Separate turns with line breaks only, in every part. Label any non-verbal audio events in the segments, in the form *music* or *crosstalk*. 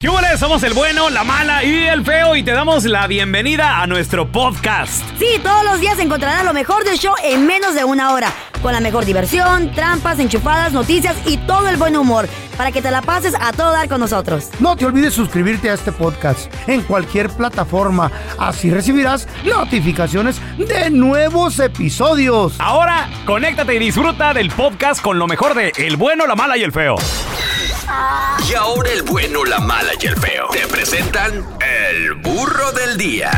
¿Qué hubo? Somos el bueno, la mala y el feo y te damos la bienvenida a nuestro podcast.
Sí, todos los días encontrarás lo mejor del show en menos de una hora, con la mejor diversión, trampas, enchufadas, noticias y todo el buen humor, para que te la pases a todo dar con nosotros.
No te olvides suscribirte a este podcast en cualquier plataforma. Así recibirás notificaciones de nuevos episodios.
Ahora, conéctate y disfruta del podcast con lo mejor de el bueno, la mala y el feo.
Y ahora el bueno, la mala y el feo te presentan el burro del día.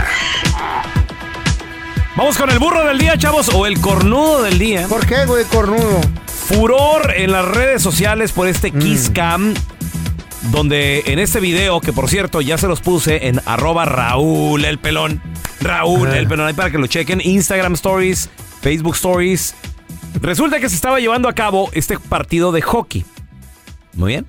Vamos con el burro del día, chavos, o el cornudo del día.
¿Por qué, güey, cornudo?
Furor en las redes sociales por este Kiss Cam, donde en este video, que por cierto ya se los puse en arroba Raúl el pelón, Raúl el pelón, ahí para que lo chequen, Instagram Stories, Facebook Stories. Resulta que se estaba llevando a cabo este partido de hockey. Muy bien.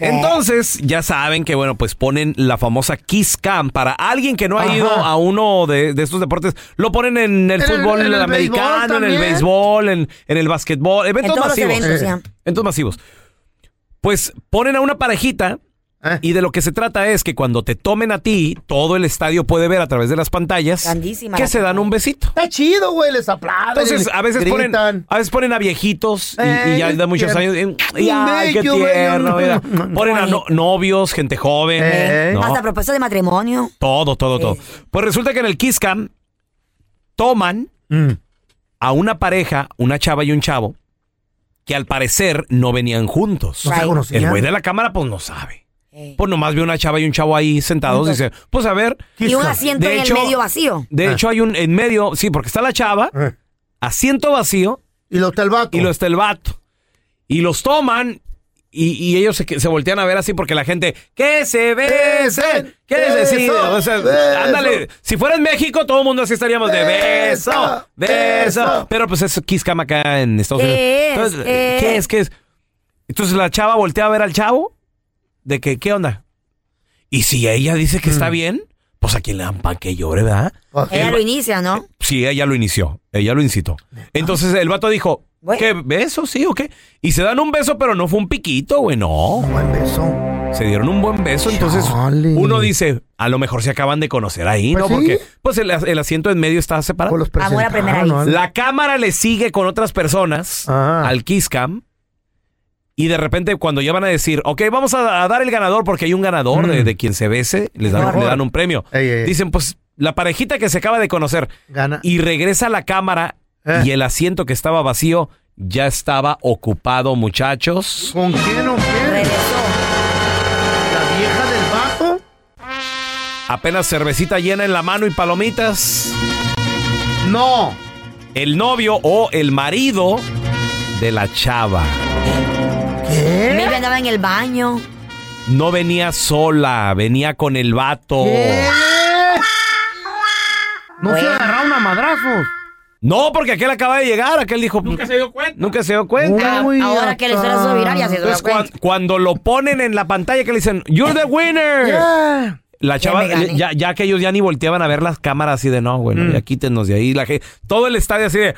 Entonces, ya saben que, bueno, pues ponen la famosa Kiss Cam. Para alguien que no ha
Ajá.
ido a uno de, de estos deportes, lo ponen en
En el-
el fútbol
en el béisbol
americano, en el
también.
béisbol, en, en el básquetbol, eventos
todos los
masivos.
eventos,
Eh,
ya.
Eventos masivos. Pues ponen a una parejita
Eh.
y de lo que se trata es que cuando te tomen a ti, todo el estadio puede ver a través de las pantallas
Grandísima
que
la
se dan un besito.
Está chido, güey, les aplauden.
Entonces, a veces, ponen,
gritan.
a veces ponen a viejitos y,
Eh,
y ya
qué
de muchos años.
tierno.
Y, ay, qué
Bello, bello.
tierno. mira. Ponen a no- novios, gente joven.
Eh.
¿no?
Hasta propuesta de matrimonio.
Todo, todo, todo. Pues resulta que en el Kiss Cam toman
Mm,
a una pareja, una chava y un chavo, que al parecer no venían juntos.
No se
Right.
conocían.
El güey de la cámara, pues no sabe.
Ey.
Pues nomás vio una chava y un chavo ahí sentados y dice, pues a ver.
Y un asiento
De
en
hecho-
el medio vacío.
De
Ah.
hecho, hay un en medio, sí, porque está la chava,
Eh.
asiento vacío
Y lo está el vato.
y lo está el vato. Y los toman y, y ellos se, que- se voltean a ver así porque la gente, que se besen, que se
Beso,
sí, o sea,
beso.
ándale, si fuera en México todo el mundo así estaríamos de beso,
Beso,
beso,
beso.
pero pues es Kiss Cam acá en Estados
¿Qué
Unidos.
es?
Entonces,
¿Qué
¿Qué
es?
es? ¿Qué es? Entonces la chava voltea a ver al chavo de que, ¿qué onda? Y si ella dice que está bien, pues a quien le dan pan que llore, ¿verdad?
Ok.
Ella lo inicia, ¿no?
Sí, ella lo inició, ella lo incitó. Entonces el vato dijo,
Güey.
¿qué beso? Sí, ¿o qué? Y se dan un beso, pero no fue un piquito, güey, no.
Buen beso.
Se dieron un buen beso, entonces
Chale.
uno dice, a lo mejor se acaban de conocer ahí,
Pues sí.
¿no? Porque pues el, el asiento en medio está separado.
Pues los
Amor a primera
presentaron, ¿no?
La cámara le sigue con otras personas
Ah.
al Kiss Cam. Y de repente, cuando ya van a decir, ok, vamos a, a dar el ganador, porque hay un ganador de,
Mm.
de quien se bese, les dan,
Mejor.
le dan un premio.
Ey, ey, ey.
Dicen, pues, la parejita que se acaba de conocer.
Gana.
Y regresa la cámara
Eh.
y el asiento que estaba vacío ya estaba ocupado, muchachos.
¿Con quién o qué?
Regresó.
¿La vieja del vato?
Apenas cervecita llena en la mano y palomitas.
No.
El novio o el marido de la chava ¿Eh?
¿Qué?
Maybe andaba en el baño.
no venía sola, venía con el vato.
¿Qué? No se
Bueno.
agarraron a madrazos.
No, porque aquel acaba de llegar, aquel dijo. Nunca se dio cuenta. Nunca se dio cuenta.
Uy,
Ah, Ahora que le suena eso viral ya se da
Entonces, Ah, Pues cuan-
cuenta.
cuando, lo ponen en la pantalla que le dicen, You're the winner.
Ya.
La chava,
me gané.
ya, ya que ellos ya ni volteaban a ver las cámaras así de no, güey,
Mm.
no, ya quítenos de ahí. La ge- todo el estadio así de.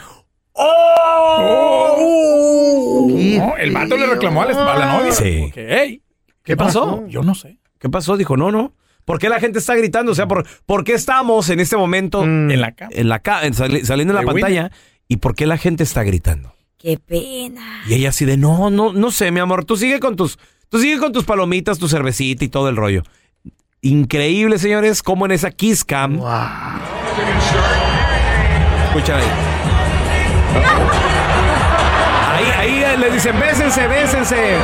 Oh.
¡Oh!
No, el vato le reclamó a la, a la novia.
Sí.
Como que, "Ey,
¿Qué pasó?
Yo no sé.
¿Qué pasó? Dijo, no, no. ¿Por qué la gente está gritando? O sea, ¿por, por qué estamos en este momento
Mm.
en la en la ca- en sali- saliendo en la
De Winnie.
pantalla? ¿Y por qué la gente está gritando?
Qué pena.
Y ella así de, no, no, no sé, mi amor, tú sigue con tus, tú sigue con tus palomitas, tu cervecita y todo el rollo. Increíble, señores, como en esa Kiss Cam. Escucha ahí. Ahí, ahí le dicen, bésense, bésense.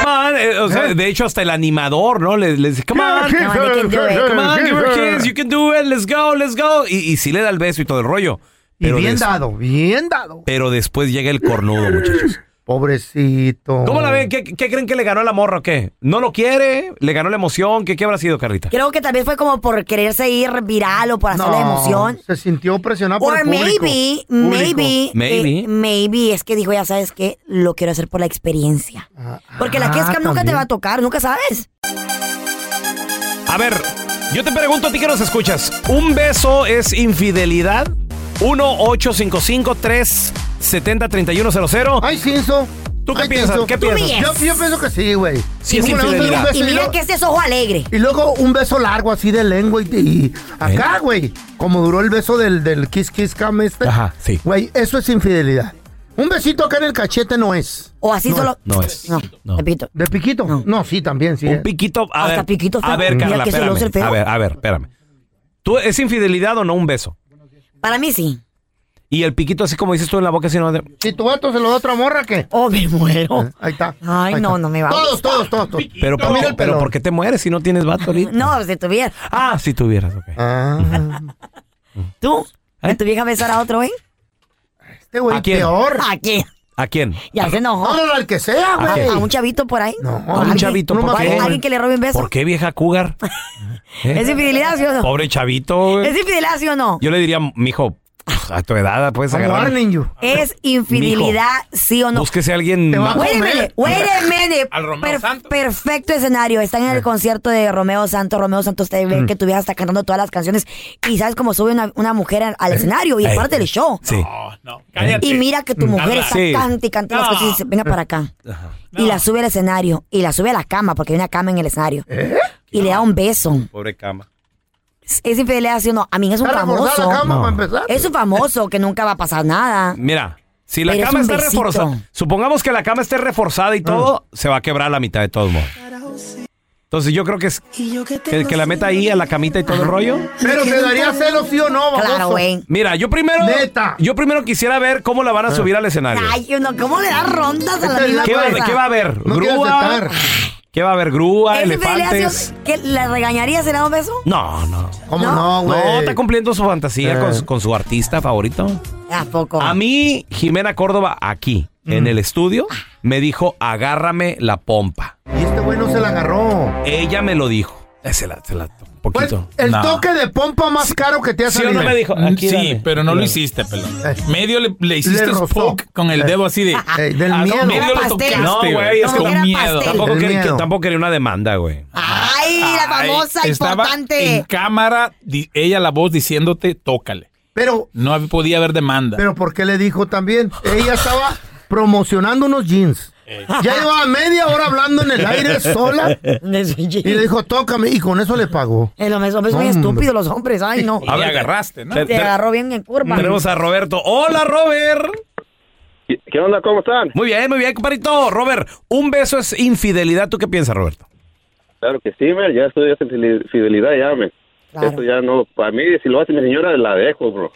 Come on, eh, o sea, de hecho hasta el animador, Ah, ¿no? Le, le dice, come on,
Come on,
*laughs*
they can do it.
come on, give her a kiss, you can do it, let's go, let's go. Y, y sí le da el beso y todo el rollo.
Y bien
des-
dado, bien dado.
pero después llega el cornudo, muchachos.
Pobrecito.
*laughs* ¿Cómo la ven? ¿Qué, qué creen que le ganó la morra o qué? ¿No lo quiere? ¿Le ganó la emoción? ¿Qué, qué habrá sido, Carlita?
Creo que tal vez fue como por quererse ir viral o por hacer la emoción.
Se sintió
Ah,
presionado por
Or
el público.
maybe,
Público.
maybe,
Maybe.
eh, maybe es que dijo, ya sabes que lo quiero hacer por la experiencia. Porque la
ah,
Kiss Cam nunca te
también.
va a tocar, nunca sabes.
A ver, yo te pregunto a ti que nos escuchas. ¿Un beso es infidelidad? 1-855-370-3100.
Ay, Cinzo.
¿Tú qué
Ay,
piensas?
Cinzo.
¿Qué
Tú
piensas?
Yo, yo pienso que sí, güey.
Sí, es
¿Cómo le vas a dar un
infidelidad.
beso
Y mira
luego-
que este es ojo alegre.
Y luego un beso largo así de lengua y, y acá,
¿Eh?
güey. Como duró el beso del, del Kiss Kiss Cam este.
Ajá, sí.
Güey, eso es infidelidad. Un besito acá en el cachete no es.
O así
No
solo-
No es.
No, de piquito.
¿De piquito? No, sí, también sí.
Un piquito. A
Hasta
ver,
piquito
a
feo.
ver,
Mira
Carla,
que celoso el feo.
espérame. A ver, a ver, espérame. ¿Tú, ¿Es infidelidad o no un beso?
Para mí sí.
Y el piquito así como dices tú en la boca, así no...
Si tu vato se lo da a otra morra, ¿qué?
Oh, me
Ah.
muero.
Ahí está.
Ay,
ahí
no,
está.
no me va. a
Todos,
gustar.
todos, todos, todos.
Pero,
No,
¿por-
mira el
pero
pelón.
¿por qué te mueres si no tienes vato ahorita?
*laughs* No, si tuviera.
Ah, si tuvieras, ok.
Ah,
¿Tú? ¿A tu vieja besar a otro, eh?
este güey
¿A quién?
peor.
¿A quién?
¿A quién?
Ya se enojó. Ah,
No, no, no, al que sea,
¿A
güey.
Ah, qué?
¿A un chavito por ahí?
No,
¿A
un
alguien?
chavito,
¿A
¿por qué?
¿Alguien que le robe un beso?
¿Por qué vieja cougar? ¿Eh?
¿Es infidelidad, sí o no?
Pobre chavito. güey.
¿Es infidelidad, sí o no?
Yo le diría, mijo, pues, a tu edad puedes
I'm
agarrar.
warning you.
¿Es infidelidad, sí o no?
Búsquese a alguien.
Te va-
Wait a
comer.
minute, wait a minute.
Al Romeo Santos. Eh.
Perfecto escenario. Están en el concierto de Romeo Santos. Romeo Santos, ustedes
Mm.
ven que tu vieja está cantando todas las canciones. Y sabes cómo sube una, una mujer al, al escenario y es
Eh.
parte del show.
Sí.
Y mira que tu mujer está
Sí.
canta y canta las cosas y dice, venga para acá.
Ajá.
Y la sube al escenario. Y la sube a la cama, porque hay una cama en el escenario.
¿Eh?
Y le da un beso.
Pobre cama.
Es infidelidad, sí o no. A mí es un
Está reforzada
famoso.
la cama
No.
para empezar.
Es un famoso que nunca va a pasar nada.
Mira, si la
Pero es
cama
un
está
besito.
reforzada, supongamos que la cama esté reforzada y todo, se va a quebrar la mitad de todos modos. Entonces yo creo que es que, que la meta ahí a la camita y todo el rollo.
Pero te daría celos, sí o no, baboso?
Claro, güey.
Mira, yo primero,
Neta.
yo primero quisiera ver cómo la van a subir al escenario.
Ay, uno, ¿cómo le da rondas a la
Esta es la
misma
¿Qué va,
cosa?
qué va a haber?
No quiero
grúa.
aceptar.
¿Qué va a haber? Grúa,
¿Es infidelidad, sí o-
elefantes.
¿Que ¿Le regañaría si le da un beso?
No, no.
¿Cómo
No.
no, güey?
No, está cumpliendo su fantasía
Eh. Ah.
con, su- con su artista favorito.
¿A poco?
A mí, Jimena Córdoba, aquí,
Mm.
en el estudio, me dijo, agárrame la pompa.
Y este güey no se la agarró.
Ella me lo dijo. Eh, Se la, se la, un
Fue
poquito.
el
No.
toque de pompa más caro que te ha
¿Sí o
salido.
no me dijo? Aquí,
sí,
dale.
pero no
Dale.
lo hiciste, pelón.
Eh.
Medio le, le hiciste
Le rozó.
poke con el
Eh.
dedo así de.
Ey, del
Ah,
miedo.
Medio
Era
lo
pastel.
tocaste,
No, güey, es
con
como- Era
miedo.
pastel.
Tampoco
Del
quería,
eh, miedo.
tampoco quería una demanda, güey.
Ay, la
Ay,
famosa,
estaba
importante.
En cámara, di- ella la voz diciéndote, tócale.
Pero,
No hab- podía haber demanda.
pero ¿por qué le dijo también? Ella estaba promocionando unos jeans. Ya llevaba media hora hablando
*laughs*
en el aire sola y le dijo, tócame. Y con eso le pagó.
Eh, *laughs* Los hombres son
Hombre.
estúpidos, los hombres. Ay, no.
y agarraste, ¿no?
Te-
Te
te-
agarró bien en curva.
tenemos a Roberto. ¡Hola, Robert!
¿Qué onda? ¿Cómo están?
Muy bien, muy bien, compadrito. Robert, un beso es infidelidad. ¿Tú qué piensas, Roberto?
Claro que sí, men. Ya esto ya es infidel- fidelidad, ya, men.
Claro.
Esto ya no. Para mí, si lo hace mi señora, la dejo, bro.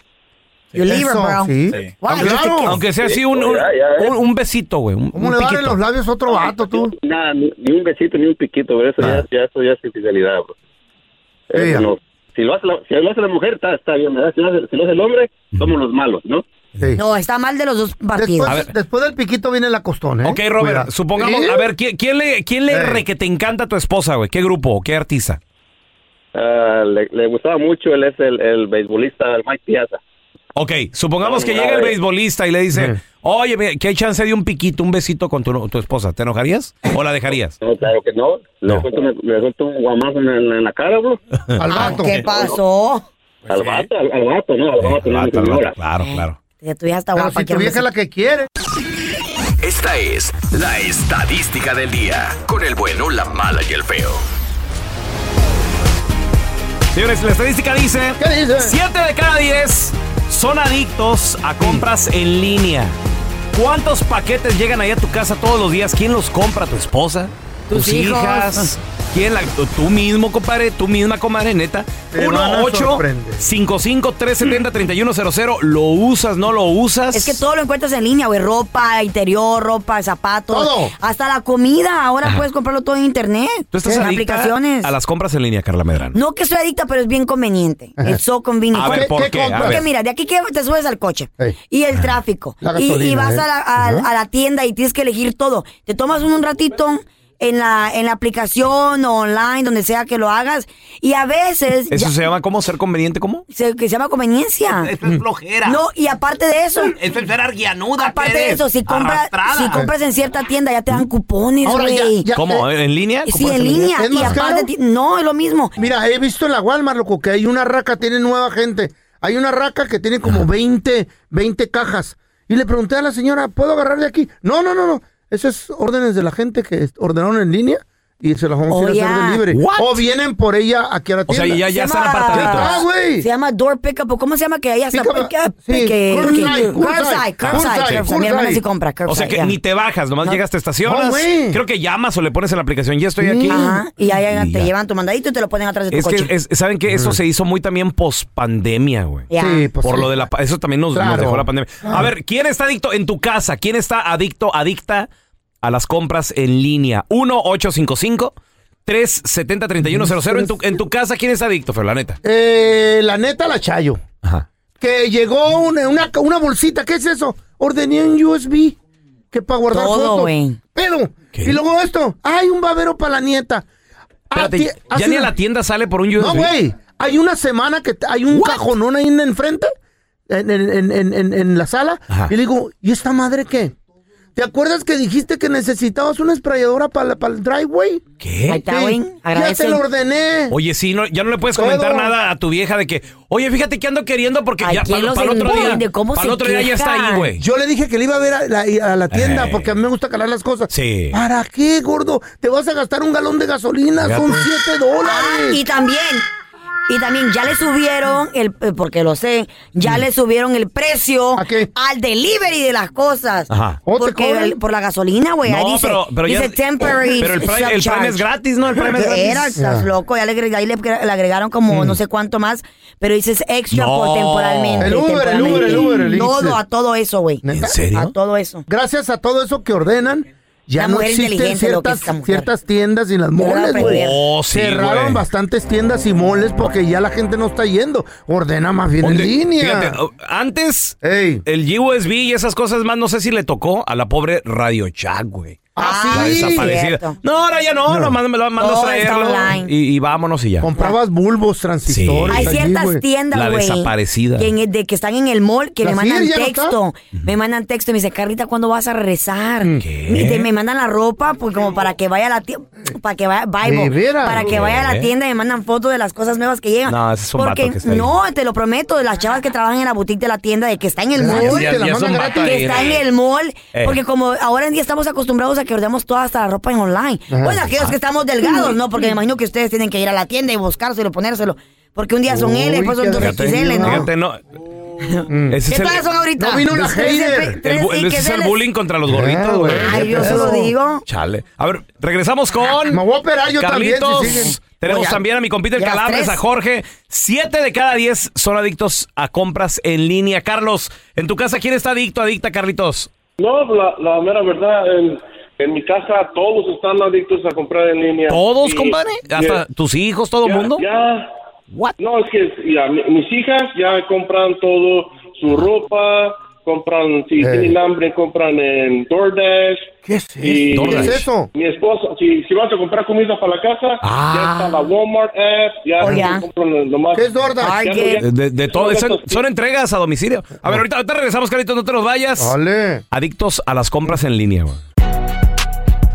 You leave her,
Eso,
bro.
sí.
Sí.
Why?
Ah, Claro.
Just a kiss.
Aunque sea
Sí,
así un, un,
ya, ya, eh.
un- un besito, güey. Un,
¿Cómo
un
le va a dar en
piquito.
los labios a otro vato, tú?
Nada, ni ni un besito, ni un piquito, bro. Eso, ya, ya, eso ya es infidelidad, bro. Eso
Sí.
no. Si lo, hace la, si lo hace la mujer, está, está bien, ¿verdad? Si lo, hace, si lo hace el hombre, somos los malos, ¿no?
Sí.
No, está mal de los dos partidos.
A
Después,
ver.
después del piquito viene la costón, ¿eh?
Ok, Robert,
Cuidado.
supongamos,
¿Eh?
a ver, ¿quién, quién le, quién le
Eh.
re que te encanta a tu esposa, güey? ¿Qué grupo? ¿Qué artista?
Ah, le, le gustaba mucho, él es el, el beisbolista, el Mike Piazza.
Ok, supongamos que
Vamos,
llega el
güey.
beisbolista y le dice, oye, mira, que hay chance de un piquito, un besito con tu, tu esposa. ¿Te enojarías o la dejarías?
No, claro que no. Le
No.
suelto una- le suelto un guamazo en, en- en la cara, *laughs* bro.
Al
Ah,
vato.
¿Qué pasó?
Al vato, al, al vato, no, al vato, no, a mi
Ah, Claro,
señora.
claro, claro.
Ya tu hija está
Pero
guapa.
si tu
quiero un
vieja es la
besito.
que quiere.
*laughs* Esta es la estadística del día. Con el bueno, la mala y el feo.
Señores, la estadística dice: Mm. 7 de cada 10 son adictos a compras en línea. ¿Cuántos paquetes llegan ahí a tu casa todos los días? ¿Quién los compra? ¿Tu esposa?
Tus hijos.
¿Quién la- tú mismo, compadre? ¿Tú misma, comadre, neta?
Te van a
1-8-55-370-3100. ¿Lo usas, no lo usas?
Es que todo lo encuentras en línea, güey. Ropa, interior, ropa, zapatos.
Todo.
Hasta la comida. Ahora
Ajá.
puedes comprarlo todo en internet.
¿Tú estás
en
adicta
aplicaciones.
a las compras en línea, Carla Medrano?
No que soy adicta, pero es bien conveniente.
Ajá.
Es so conveniente.
A ver, ¿Qué- ¿por qué qué? A compras?
Porque
ver.
mira, de aquí que te subes al coche y el tráfico.
La
y,
gasolina,
y vas
¿eh?
a, la, a-
Ajá.
a la tienda y tienes que elegir todo. Te tomas un ratito en la, en la aplicación o online, donde sea que lo hagas. Y a veces...
¿Eso
ya-
se llama cómo? ¿Ser conveniente cómo? Mm.
se- que se llama
*laughs*
conveniencia.
Eso *laughs* es flojera.
No, y aparte de eso,
Es enfermar guianuda.
aparte de eso, si, compras
Arrastrada.
si compras en cierta tienda ya te dan cupones,
Ahora ya-
güey.
ya- eh,
¿Cómo? ¿En línea?
Sí, en línea.
¿Es
Y
más
aparte,
caro?
ti- no, es lo mismo.
Mira, he visto en la Walmart, loco, que hay una raca, tiene nueva gente. Hay una raca que tiene como 20, 20 cajas. Y le pregunté a la señora, ¿puedo agarrar de aquí? No, no, no, no. Esas es órdenes de la gente que ordenaron en línea y se las vamos a ir a hacer
Oh, Oye.
de libre.
What?
O vienen por ella aquí a la tienda.
Se llama- Se llama door pickup, o ¿cómo se llama? Que ahí hasta
Pickup,
pickup.
sí,
que-
curbside, curbside,
que- Curbside, curbside. curbside. Mi hermana
curbside.
sí compra curbside.
O sea que
ya.
ni te bajas, nomás
No.
llegas, te estacionas.
No, güey. Mm,
creo que llamas o le pones en la aplicación, ya estoy aquí.
Ajá, y ahí
Y
te
ya.
llevan tu mandadito y te lo ponen atrás de tu
Es que,
coche.
es- ¿saben qué? Eso se hizo muy también post pandemia, güey.
Ya. Sí, pues
Por
sí.
lo de la. pa- Eso también nos, nos
Claro.
dejó la pandemia. A
Ah.
ver, ¿quién está adicto en tu casa? ¿Quién está adicto, adicta a las compras en línea? 1-855. 370-3100 en tu, en tu casa, ¿quién está adicto, Fer? La neta.
Eh, la neta, la Chayo.
Ajá.
Que llegó una, una, una bolsita, ¿qué es eso? Ordené un USB. Que para guardar
Todo,
fotos.
güey.
Pero, y luego esto, hay un babero para la nieta. Ah, ti-
Espérate, ya
hace
ni a
una-
la tienda sale por un USB.
No, güey. Hay una semana que t- hay un cajonón ahí en- enfrente, en, en- en- en- en- en la sala.
Ajá.
Y le digo, ¿y esta madre qué? ¿Te acuerdas que dijiste que necesitabas una esprayadora para el driveway?
¿Qué?
Ahí está, güey.
Ya
Agradece.
te lo ordené.
Oye, sí, no, ya no le puedes
Todo.
comentar nada a tu vieja de que, oye, fíjate que ando queriendo porque
Ay,
ya
¿quién
para
los
el otro día.
entiende? ¿Cómo
para
se
el otro día ya está ahí,
quejan?
güey.
Yo le dije que le iba a ver a la, a la tienda
Ey.
porque a mí me gusta calar las cosas.
Sí.
¿Para qué, gordo? Te vas a gastar un galón de gasolina.
Fíjate.
Son 7 dólares.
Ah, Y también, y también ya le subieron el, eh, porque lo sé,
Mm.
ya le subieron el precio al delivery de las cosas.
Ajá.
¿O te
Porque
cobran?
el- por la gasolina, güey. ahí
No,
dice,
pero- pero ya-
dice temporary.
pero el Prime- el Prime
surcharge.
es gratis, ¿no? El Prime es gratis.
Era, estás
Ya. Mm.
loco. Ya le, agre- ahí le, agre- le agregaron como no sé cuánto más, pero dices extra
No.
por temporalmente.
El Uber, el
temporalmente.
Uber, el Uber, el
Todo,
Uber.
a todo eso, güey.
¿Neta?
A todo eso.
Gracias a todo eso que ordenan, ya
La
no
mujer
existen
inteligente, lo que es
ciertas,
esta mujer. pues,
ciertas tiendas y las
voy a
moles, güey.
aprender.
Oh, sí,
Cerraron
güey.
bastantes tiendas y moles porque ya la gente no está yendo. Ordena más bien en
Donde-
línea.
fíjate, uh, antes, el USB y esas cosas más, no sé si le tocó a la pobre Radio Chat, güey.
Ah,
La
sí.
desaparecida.
Cierto. Oh,
No, ahora ya no,
No.
nomás me lo mandas
Todo
traerlo.
está online.
Y, y vámonos y ya.
Comprabas bulbos, transistores.
Hay
allí,
ciertas
güey.
tiendas,
La
güey.
desaparecida.
que en- de que están en el mall, que
¿La
me mandan
Sir ya no
texto. me mandan texto y me dice, Carlita, ¿cuándo vas a regresar?
¿Qué?
Y te- me mandan la ropa pues, como para que vaya a la tienda. Para que vaya, Bible,
¿De veras?
para que vaya a la
¿Qué?
tienda y me mandan fotos de las cosas nuevas que llegan.
¿Eh? No, ese es un
Porque
vato que está ahí.
no, te lo prometo, de las chavas que trabajan en la boutique de la tienda, de que está en el
Gracias,
mall,
ya-
que,
ya es un vato ahí,
está en
¿no?
el mall,
Eh.
porque como ahora en día estamos acostumbrados a que ordenamos toda hasta la ropa en online.
Ajá.
Bueno, aquellos que estamos delgados, ¿no? Porque me imagino que ustedes tienen que ir a la tienda y buscárselo, ponérselo. Porque un día son L, después son dos XL, ¿no?
Fíjate, no.
Mm.
Ese
¿Qué
es el-
todas son ahorita?
No vino la
Tres
hater.
F-
El,
tres
bu- ese es el
XL.
bullying contra los gorditos, güey.
Ay,
¿Qué
yo se
pedo?
lo digo.
Chale. A ver, regresamos con.
Ah, Me voy a operar yo también, si
Carlitos.
siguen.
Tenemos
No, ya.
también a mi compita el
Ya las
Calabres,
tres.
a Jorge. Siete de cada diez son adictos a compras en línea. Carlos, en tu casa, ¿quién está adicto, adicta, Carlitos?
No, la, la mera verdad, en, en mi casa todos están adictos a comprar en línea.
¿Todos,
Y-
compadre? ¿Hasta
y-
tus hijos, todo el
ya-
mundo?
Ya. No, es que ya, mi- mis hijas ya compran todo, su ropa, compran, si
Eh.
tienen hambre, compran en DoorDash.
¿Qué es
Y-
eso? ¿Qué es eso?
Mi esposa, si, si vas a comprar comida para la casa, ya
Ah.
está la Walmart app, ya
Oh, ya.
compran lo más.
¿Qué es DoorDash? Ay,
Ya no-
De,
ya-
Eh, de- de todo. Son, son entregas a domicilio. A ver, ahorita, ahorita regresamos, Carlitos, no te nos vayas. Adictos a las compras en línea, güey.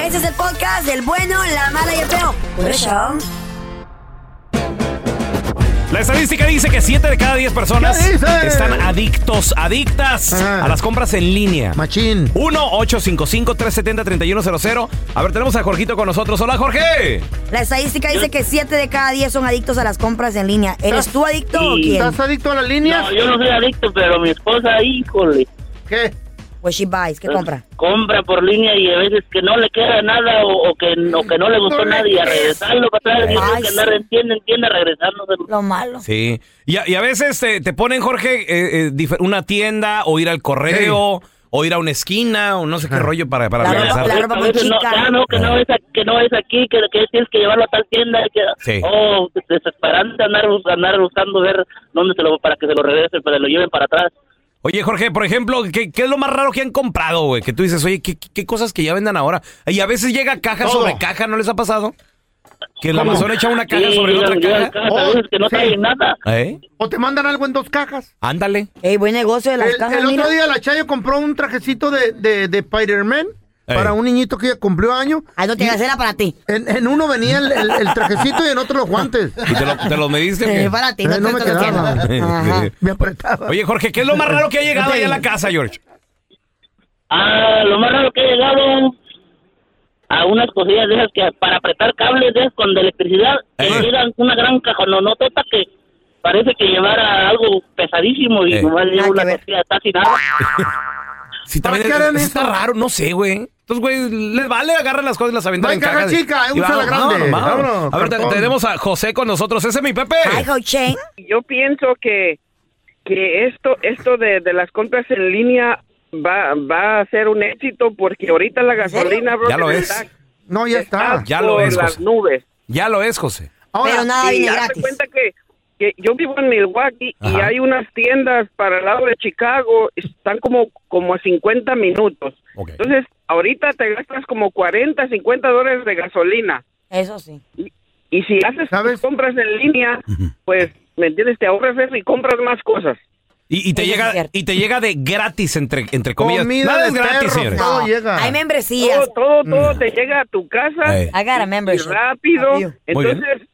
Este es el podcast del bueno, la mala y el feo. Por eso.
La estadística dice que 7 de cada 10 personas
¿Qué dice?
están adictos, adictas a las compras en línea.
Machín.
1-855-370-3100. A ver, tenemos a Jorgito con nosotros. Hola, Jorge.
La estadística dice que 7 de cada 10 son adictos a las compras en línea. ¿Eres tú adicto o
Sí.
quién?
¿Estás
adicto a las líneas?
No, yo no soy adicto, pero mi esposa, híjole.
¿Qué?
Pues she buys, ¿qué compra?
Compra por línea y a veces que no le queda nada o, o que, o que no le gustó
le
nada y a
queda.
regresarlo para atrás.
Ay,
tiene que andar en tienda, en tienda, regresarlo.
Lo malo.
Sí. Y a, y a veces te, te ponen, Jorge, eh, eh, dif- una tienda o ir al correo o ir a una esquina o no sé qué rollo para, para organizar.
A veces no, ah, no, que no es, a- que no es aquí, que, que tienes que llevarlo a tal tienda. Que,
Sí.
Oh, desesperante andar, bus- andar buscando ver dónde se lo, para que se lo regresen, para que lo lleven para atrás.
Oye, Jorge, por ejemplo, ¿qué, qué es lo más raro que han comprado, güey? Que tú dices, oye, ¿qué, qué- qué cosas que ya vendan ahora? Y a veces llega caja
Todo.
sobre caja, ¿no les ha pasado? Que la Amazon echa una caja
Sí,
sobre la otra
llegan- llegan
caja. Oh,
cajas a veces que no
sí.
traen nada.
¿Eh?
O te mandan algo en dos cajas.
Ándale.
Ey, buen negocio de las
el,
cajas,
el otro
mira.
día la Chayo compró un trajecito de, de, de Spider-Man
Ey.
para un niñito que ya cumplió año.
Ah, no te hagas, era para ti.
En, en uno venía el, el- el trajecito y en otro los guantes.
¿Y te lo, te lo mediste? o
*laughs*
qué?
Eh, para ti,
Eh, no
te
me
te lo
quedaba. *laughs*
quiero. Ajá.
Me apretaba.
Oye, Jorge, ¿qué es lo más raro que ha llegado allá a la casa, George?
Ah, lo más raro que he llegado a unas cosillas de esas que para apretar cables de esas con de electricidad que llegan una gran cajononotota que parece que llevara algo pesadísimo y
Eh.
nomás lleva
que
una
ver.
cosilla casi nada.
Ah,
Si también
qué harán
eso
eso?
está raro, no sé, güey. Entonces, güey, les vale, agarran las cosas y las aventan
Va
en
en caja
cajas y-
chica,
y
usa la
vámonos,
grande.
vámonos, vámonos.
Vámonos,
A ver, te-
cartón.
tenemos a José con nosotros. Ese es mi Pepe.
Ay, Jose.
Yo pienso que, que esto, esto de, de las compras en línea va, va a ser un éxito porque ahorita la gasolina bro,
Ya lo es.
está,
No, ya está.
eh, ah, Ya lo
por
es,
las
José.
nubes.
Ya lo es, José.
Pero nada
y
viene
hazte
gratis.
cuenta que, que yo vivo en Milwaukee y
Ajá.
hay unas tiendas para el lado de Chicago, están como, como a 50 minutos.
Ok.
Entonces, ahorita te gastas como 40, 50 dólares de gasolina.
Eso sí.
Y si haces
¿Sabes?
compras en línea, pues, ¿me entiendes? Te ahorras eso y compras más cosas.
Y, y te
Eso es
llega
cierto.
y te llega de gratis entre entre comillas.
Comida
Nada
de
es gratis,
perro,
señores.
Todo llega.
Hay membresías.
todo, todo, todo te llega a tu casa
Ey.
I got a
y
membership.
rápido.
Adiós.
Muy bien.
Entonces,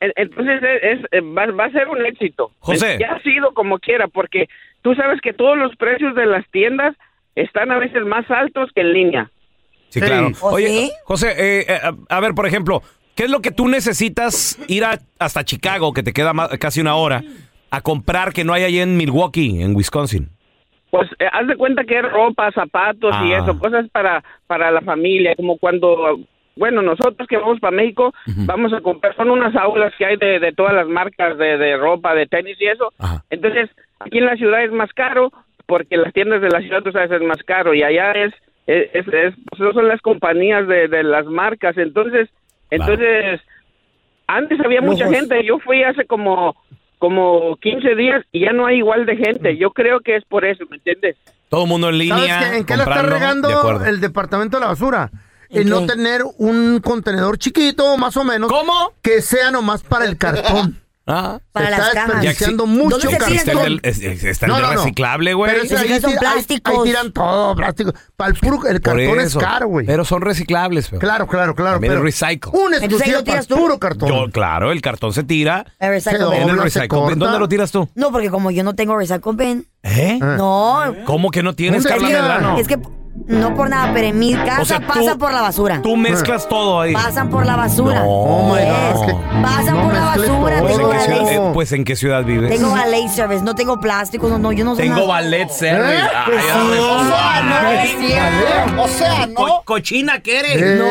en- entonces es, es- va, va a ser un éxito.
José.
Ya ha sido como quiera, porque tú sabes que todos los precios de las tiendas están a veces más altos que en línea.
Sí, claro.
Sí.
¿O
Oye,
sí?
José, eh, eh, a, a ver, por ejemplo, ¿qué es lo que tú necesitas ir a- hasta Chicago, que te queda ma- casi una hora, a comprar que no hay ahí en Milwaukee, en Wisconsin?
Pues eh, haz de cuenta que es ropa, zapatos y
Ah.
eso, cosas para, para la familia, como cuando, bueno, nosotros que vamos para México, vamos a comprar, son unas aulas que hay de, de todas las marcas de, de ropa, de tenis y eso.
Ajá.
Entonces, aquí en la ciudad es más caro, porque las tiendas de la ciudad, tú sabes, es más caro, y allá es, es, es- es- pues, son las compañías de, de las marcas, entonces, entonces, antes había mucha
pues.
Lujos.
gente, yo fui hace como como 15 días y ya no hay igual de
Mm.
gente. Yo creo que es por eso, ¿me entiendes?
Todo el mundo en
¿Sabes
línea.
qué? en qué la está
comprando, de
regando
acuerdo.
el departamento de la basura?
¿En
En no
qué?
tener un contenedor chiquito, más o menos.
¿Cómo?
Que sea nomás para el
*laughs*
cartón.
Ah.
se
Para las
está
cajas.
Ya
desperdiciando
exi-
mucho
¿Dónde se tiran
Está
cartón.
el
todo?
del- es- es- está el
No,
del
no, no.
reciclable, güey.
Pero es que
Ni
ahí,
siquiera son
sí- ahí-
plásticos.
ahí tiran todo, plástico. Para el puro, el
Por
cartón es
eso.
caro, güey.
Pero son reciclables, feo.
Claro, claro, claro.
También
Pero
es recycle.
Una
Entonces, ¿ahí
exclusiva
lo
para
tiras
el
tú?
puro cartón.
Yo, claro, el cartón se tira
El
Se
recycle
dobla,
en
bin.
el
se
recycle bin.
corta. Ah.
¿Dónde lo tiras tú?
No, porque como yo no tengo recycle bin.
¿Eh?
No.
¿Cómo que no tienes,
¿Dónde
Carla
tira?
Medrano?
Es que no por nada, pero en mi casa
O sea, tú-
pasa por la basura.
Tú
Ah.
mezclas todo ahí.
Pasan por la basura.
No.
Oh my
Yes.
God. es que
Pasan
no
por la
mezcles
basura.
todo.
Pues,
Tengo
¿en qué
ballet,
ciudad, eh, pues, ¿en qué ciudad vives?
tengo ballet service. No tengo plástico. No, no, yo no soy
Tengo
nada.
ballet service.
Ah,
¿Eh?
Ay, ay, ay,
no es
ay,
cierto.
co- cochina que eres.
Eh,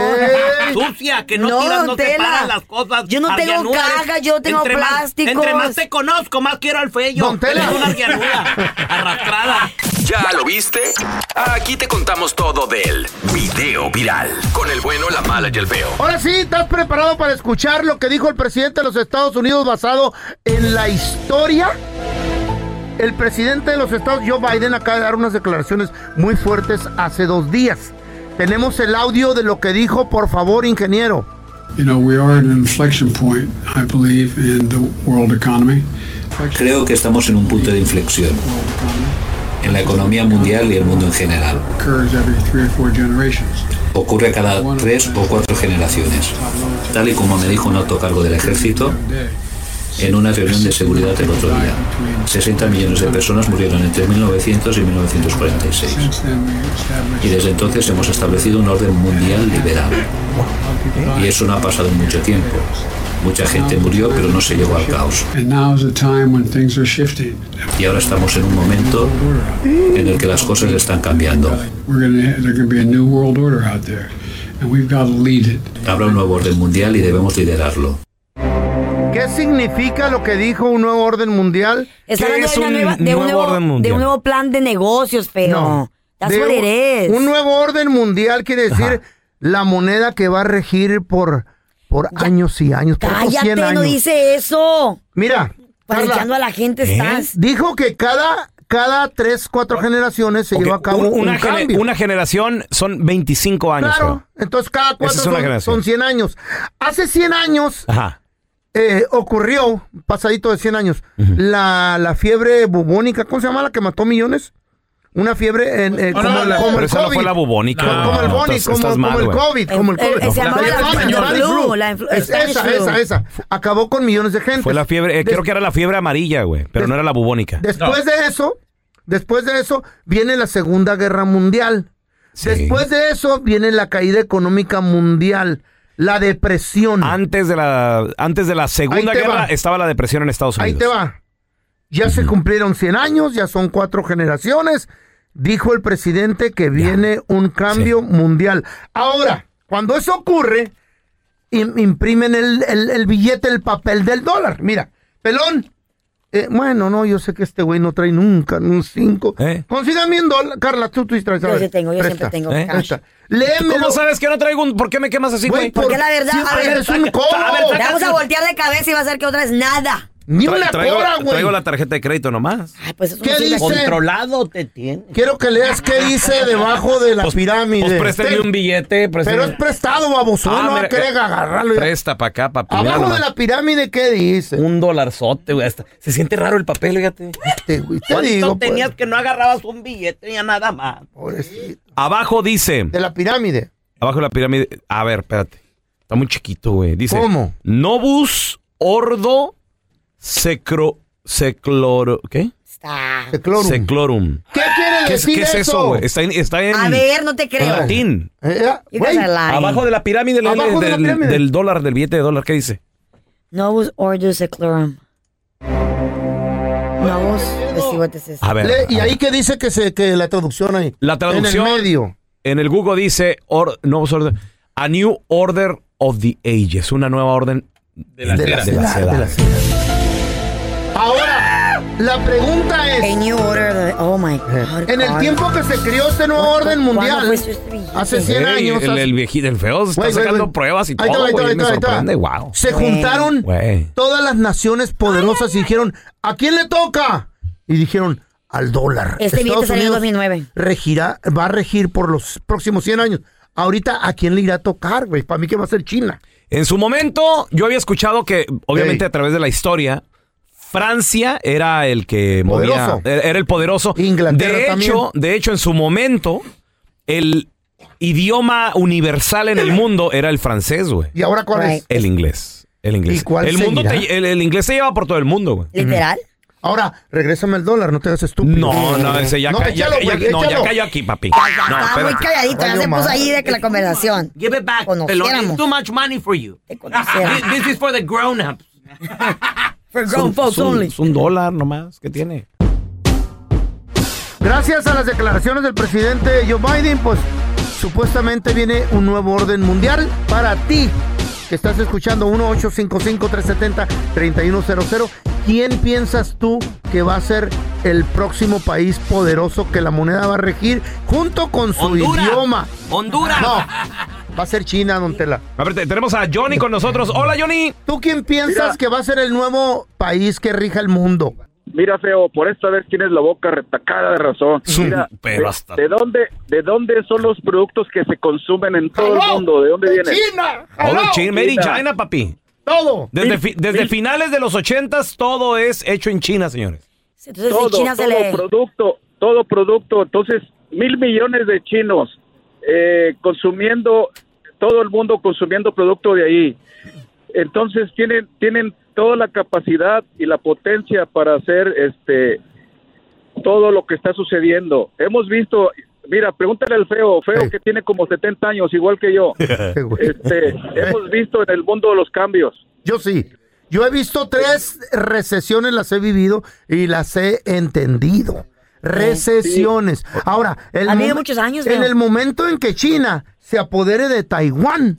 Ay,
sucia, que no,
no,
tiras, no
tela.
separas las cosas.
Yo no tengo
Arrianuras.
cajas, yo tengo
entre
plásticos.
Más, entre más te conozco, más quiero al fello. Eres una arrianura arrastrada.
¿Ya lo viste? Aquí te contamos todo del video viral. Con el bueno, la mala y el feo.
Ahora sí, ¿estás preparado para escuchar lo que dijo el presidente de los Estados Unidos basado en la historia? El presidente de los Estados, Joe Biden, acaba de dar unas declaraciones muy fuertes hace dos días. Tenemos el audio de lo que dijo, por favor, ingeniero.
You know, we are at an inflection point, I believe, in the world economy.
Creo que estamos en un punto de inflexión en la economía mundial y el mundo en general.
Occurs every three or four generations.
Ocurre cada tres o cuatro generaciones. Tal y como me dijo un alto cargo del ejército en una reunión de seguridad el otro día. 60 millones de personas murieron entre 1900 y 1946.
Since then, we established
Y desde entonces hemos establecido un orden mundial liberal. Y eso no ha pasado en mucho tiempo. Mucha gente murió, pero no se llegó al caos.
And now is the time when things are shifting.
Y ahora estamos en un momento en el que las cosas están cambiando.
We're gonna, there's gonna be a new world order out there, and we've got to lead it.
Habrá un nuevo orden mundial y debemos liderarlo.
¿Qué significa lo que dijo un nuevo orden mundial?
Está
¿Qué
hablando de, una nueva- de un nuevo, de un nuevo plan de negocios, feo.
No.
That's
De
what it is.
un- Un nuevo orden mundial quiere decir la moneda que va a regir por, por años y años, por otros 100
Cállate,
años.
no dice eso.
Mira,
Parqueando a la gente estás.
Dijo que cada, cada tres, cuatro generaciones se lleva a cabo un,
una, gene-
cambio.
una generación son 25 años.
Claro, entonces cada cuatro
es una
son,
generación.
son 100 años. Hace 100 años
feo. Ajá.
eh, ocurrió, pasadito de 100 años, la, la fiebre bubónica, ¿cómo se llama la que mató millones? Una fiebre en, eh,
Ah,
como,
No, no, la-
como
pero
el
esa no
COVID.
fue la bubónica.
Como- como el
No,
Boni,
estás-
como,
estás
como
mal,
el
güey.
COVID, como el
Eh,
COVID.
eh, se llamaba la
Spanish
Spanish
flu.
flu, la influ-
Es-
Spanish
Esa,
flu.
esa, esa. Acabó con millones de gente.
Fue la fiebre, eh, creo que era la fiebre amarilla, güey, pero no era la bubónica.
Después de eso, después de eso, viene la Segunda Guerra Mundial. Después de eso, viene la caída económica mundial, la depresión.
Antes de la, antes de la Segunda
Ahí te
Guerra
va.
estaba la depresión en Estados
Ahí
Unidos.
te va. Ya se cumplieron 100 años, ya son cuatro generaciones. Dijo el presidente que viene un cambio mundial. Ahora, cuando eso ocurre, im- imprimen el, el- el billete, el papel del dólar. Mira, pelón. eh, bueno, no, yo sé que este güey no trae nunca ni un 5.
¿Eh?
Consígame un dólar. Carla, tú, tú traes. a
Yo
ver,
sí tengo, yo siempre tengo
Ahí
cash.
está. Léemelo.
¿Eh? ¿Cómo sabes que no traigo un... ¿Por qué me quemas así, güey?
Porque la verdad, a ver,
eres un codo. A ver,
Te vamos
saca-
a voltear de cabeza y va a ser que otra vez nada.
Ni
Tra-
una
traigo,
cora, güey.
Traigo la tarjeta de crédito nomás.
Ay, pues eso
¿Qué
no sirve.
dice? Controlado te tiene. Quiero que leas qué dice debajo de la pirámide.
Pues préstame
Ten.
un billete. préstame-
Pero es prestado, baboso.
Ah,
no va a
mira,
querer
eh,
agarrarlo.
Presta para acá, papi.
Abajo de la pirámide, ¿qué dice?
Un dolarzote, güey. hasta- Se siente raro el papel, fíjate.
Este Te
¿Cuánto
digo, pues,
tenías que no agarrabas un billete ya nada más?
Abajo dice. De
la pirámide.
Abajo de la pirámide. A ver, espérate. Está muy chiquito, güey. Dice.
¿Cómo?
Nobus ordo secro. Secloro. ¿Qué?
Seclorum.
Seclorum.
¿Qué quiere
¿Qué, es-
decir
qué es
eso?
eso, güey? Está en, está en.
A ver, no te
En
creo.
latín.
Eh, eh,
You
Güey,
guys are lying.
abajo de la pirámide, léele,
Abajo de la
del,
pirámide.
del dólar, del billete de dólar. ¿Qué dice?
Novus Ordo Seclorum. Novus, let's see what this is.
A ver.
Le- y
a
ahí que dice que, se, que la traducción ahí.
La traducción.
En el medio.
en el Google dice or- no, sorry, A New Order of the Ages, una nueva orden de
las eras.
de las
De
eras.
Ahora, la pregunta es.
Oh my God.
En el
God.
tiempo que se crió este nuevo
¿Cuándo-
orden mundial,
cuándo fue esto, este billete?
hace 100
Ey,
años.
El,
hace-
el viejito, el feo, está
Güey, güey,
sacando
güey.
pruebas y
Ahí está,
todo,
ahí está,
güey,
ahí
me
está, ahí está.
sorprende, wow.
Se juntaron
Güey.
todas las naciones poderosas y dijeron, ¿a quién le toca? Y dijeron, al dólar.
Este billete
Estados
salió en
Unidos
2009.
Regirá, va a regir por los próximos 100 años. Ahorita, ¿a quién le irá a tocar, güey? Para mí que va a ser China.
En su momento, yo había escuchado que, obviamente, a través de la historia, Francia era el que
Poderoso.
movía, e, era el poderoso.
Inglaterra
de hecho,
también.
de hecho, en su momento, el idioma universal en el mundo era el francés, güey.
¿Y ahora cuál es?
El inglés. El inglés.
¿Y cuál
el, mundo
seguirá?
te- el, el inglés te lleva por todo el mundo, güey.
¿Literal?
Ahora, regrésame el dólar, no te hagas estúpido.
No, no, ese ya,
No,
ca- ya,
échalo,
ya-
güey,
no, ya
échalo.
cayó aquí, papi. No,
Está muy
espérate.
calladito, ya se puso ahí de que la conversación.
Give it back, pelón. It's
Conociéramos.
too much money for you.
conociéramos.
This is for the grown-ups.
For
Es un- es un- Es un dólar nomás. ¿Qué tiene?
Gracias a las declaraciones del presidente Joe Biden, pues supuestamente viene un nuevo orden mundial para ti. Que estás escuchando 1-855-370-3100. ¿Quién piensas tú que va a ser el próximo país poderoso que la moneda va a regir junto con su
Honduras.
idioma?
Honduras.
No, va a ser China, don Tela.
A ver, te- tenemos a Johnny con nosotros. Hola, Johnny.
¿Tú quién piensas que va a ser el nuevo país que rija el mundo?
Mira, feo, por esta vez tienes la boca retacada de razón.
Sí,
Mira,
pero
de-
hasta-
de, dónde, ¿de dónde son los productos que se consumen en todo el mundo? ¿De dónde vienen?
China.
Hola, China. Made in China, papi.
Todo.
Desde, fi- desde finales de los ochentas, todo es hecho en China, señores.
Entonces,
todo,
en China se
todo
le...
producto, todo producto. Entonces, mil millones de chinos eh, consumiendo, todo el mundo consumiendo producto de ahí. Entonces, tienen, tienen toda la capacidad y la potencia para hacer este todo lo que está sucediendo. Hemos visto, mira, pregúntale al feo, feo que tiene como 70 años, igual que yo. Este, hemos visto en el mundo los cambios.
Yo sí. Yo he visto tres recesiones, las he vivido y las he entendido. Recesiones. Ahora, el
Ha habido
momen-
muchos años,
en
veo.
el momento en que China se apodere de Taiwán,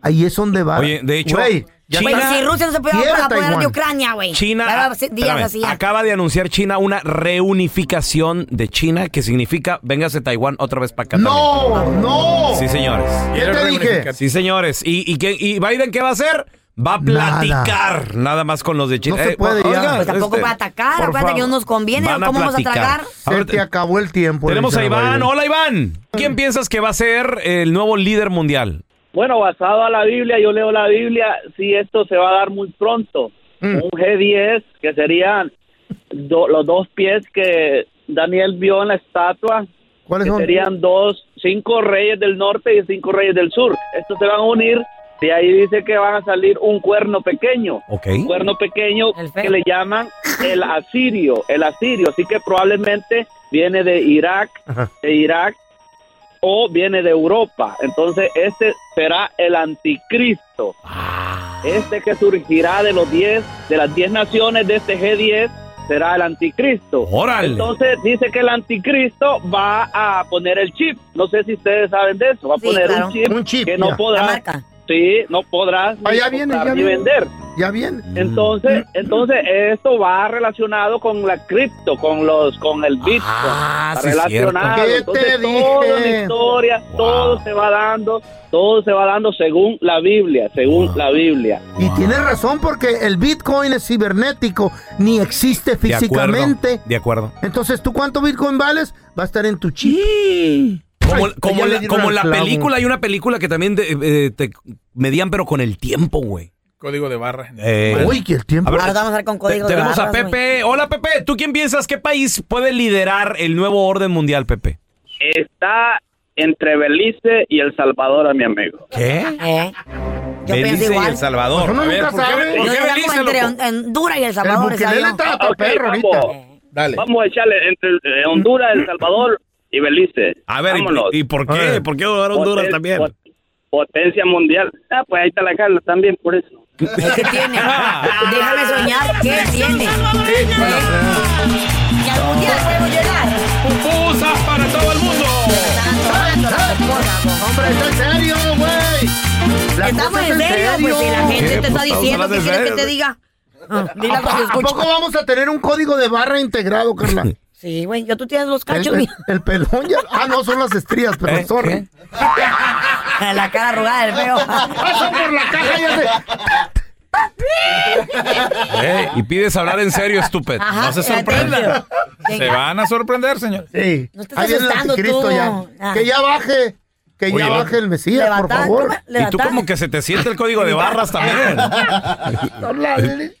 ahí es donde va.
Oye, de hecho,
Güey, ya
Güey,
está-
Pues, si Rusia no se puede
quiebra
apoderar
Taiwán.
de Ucrania, güey.
China
Ya va a ser días
espérame,
así ya.
acaba de anunciar China una reunificación de China que significa véngase Taiwán otra vez para acá.
No,
también.
no.
Sí, señores.
¿Qué te dije?
Sí, señores. ¿Y, y, qué- y Biden qué va a hacer? Va a
Nada.
platicar nada, más con los de China.
No se puede ya.
Pues tampoco va a atacar,
por
acuérdate que
favor.
no nos conviene,
este, Van a
¿cómo vamos a
platicar.
tragar?
A ver,
Se te acabó el tiempo.
Tenemos a
dice
Iván.
Biden.
Hola, Iván. ¿Quién piensas que va a ser el nuevo líder mundial?
Bueno, basado a la Biblia, yo leo la Biblia, sí, esto se va a dar muy pronto. Un G10, que serían do- los dos pies que Daniel vio en la estatua,
¿Cuáles
que
son?
serían dos, cinco reyes del norte y cinco reyes del sur. Estos se van a unir, de ahí dice que van a salir un cuerno pequeño. Un cuerno pequeño que le llaman el asirio, el asirio, así que probablemente viene de Irak, de Irak o viene de Europa. Entonces, este será el anticristo.
Ah.
Este que surgirá de los 10, de las 10 naciones de este G10, será el anticristo.
Oh.
Órale.
Entonces, dice que el anticristo va a poner el chip. No sé si ustedes saben de eso. Va a
Sí,
poner
claro.
un, chip
Un chip,
que
ya.
no podrá.
La marca.
Sí, no podrás
Ah,
ni
ya viene,
comprar
ya
ni
viene.
vender.
Ya viene.
Entonces,
Mm.
entonces esto va relacionado con la cripto, con los, con el Bitcoin. Ah,
sí,
relacionado.
cierto. ¿Qué te
Entonces, todo
dije?
la historia, todo se va dando, todo se va dando según la Biblia, según la Biblia.
Y tiene razón porque el Bitcoin es cibernético, ni existe
De acuerdo,
físicamente.
De acuerdo.
Entonces, ¿tú cuánto Bitcoin vales? Va a estar en tu chip.
Como,
Ay,
como
ya le
la,
dieron
como
al
la
clavo.
película, hay una película que también de- eh, te medían, pero con el tiempo, güey.
Código de barra.
Eh,
Uy, que el tiempo.
A ver,
Ahora vamos a ver con código
te-
de
Tenemos a
barras, güey.
Pepe. Hola, Pepe. ¿Tú quién piensas qué país puede liderar el nuevo orden mundial, Pepe?
Está entre Belice y El Salvador, a mi amigo.
¿Qué?
¿Eh? Yo
Belice
pienso igual.
y El *laughs* Salvador.
Uno
A ver,
nunca
¿por qué-
sabe.
por
Yo
qué
diría como
Belice,
entre
loco?
Hon- Honduras y El Salvador. esa yo.
Ah,
Ok, vamos. Vamos a echarle entre eh, Honduras, El Salvador y Belice.
A ver, ¿y-
Vámonos.
¿y por qué? ¿Por qué dudar Honduras
Poten-
también?
pot- Potencia mundial. Ah, pues ahí está la Carla también, por eso.
¿Qué tiene? Déjame soñar. ¿Qué tiene? Y algún día podemos llegar.
¡Pupusas para todo el mundo!
¡Hombre, está en serio, güey! La
Estamos
cosa es
en serio, pues si la gente
¿Qué?
te está
Pues,
diciendo,
estamos
¿qué
en
quieres que
serio.
te diga?
*laughs*
Ah, di la cosa que
¿A
escucho.
poco vamos a tener un código de barra integrado,
*laughs*
Carla?
Sí, güey, yo tú tienes los
El,
Este-
cachos,
el-
mira. *laughs*
el pelón ya. Ah, no, son las estrías, pero
¿Eh?
sorry.
La cara arrugada del
*laughs*
feo.
Pasa Ah, por la caja y hace.
Eh, y pides hablar en serio, estúpido.
Ajá,
no se
ya te
sorprendan.
digo.
Se van a sorprender, señor.
Sí.
estás
Ahí viene el
asustando
anticristo
tú.
ya.
Ah.
Que ya baje. Que
Oye,
ya
no-
baje el Mesías, por
Levantar,
favor.
¿cómo?
Y tú como que se te siente el código de barras también. *laughs*
*laughs*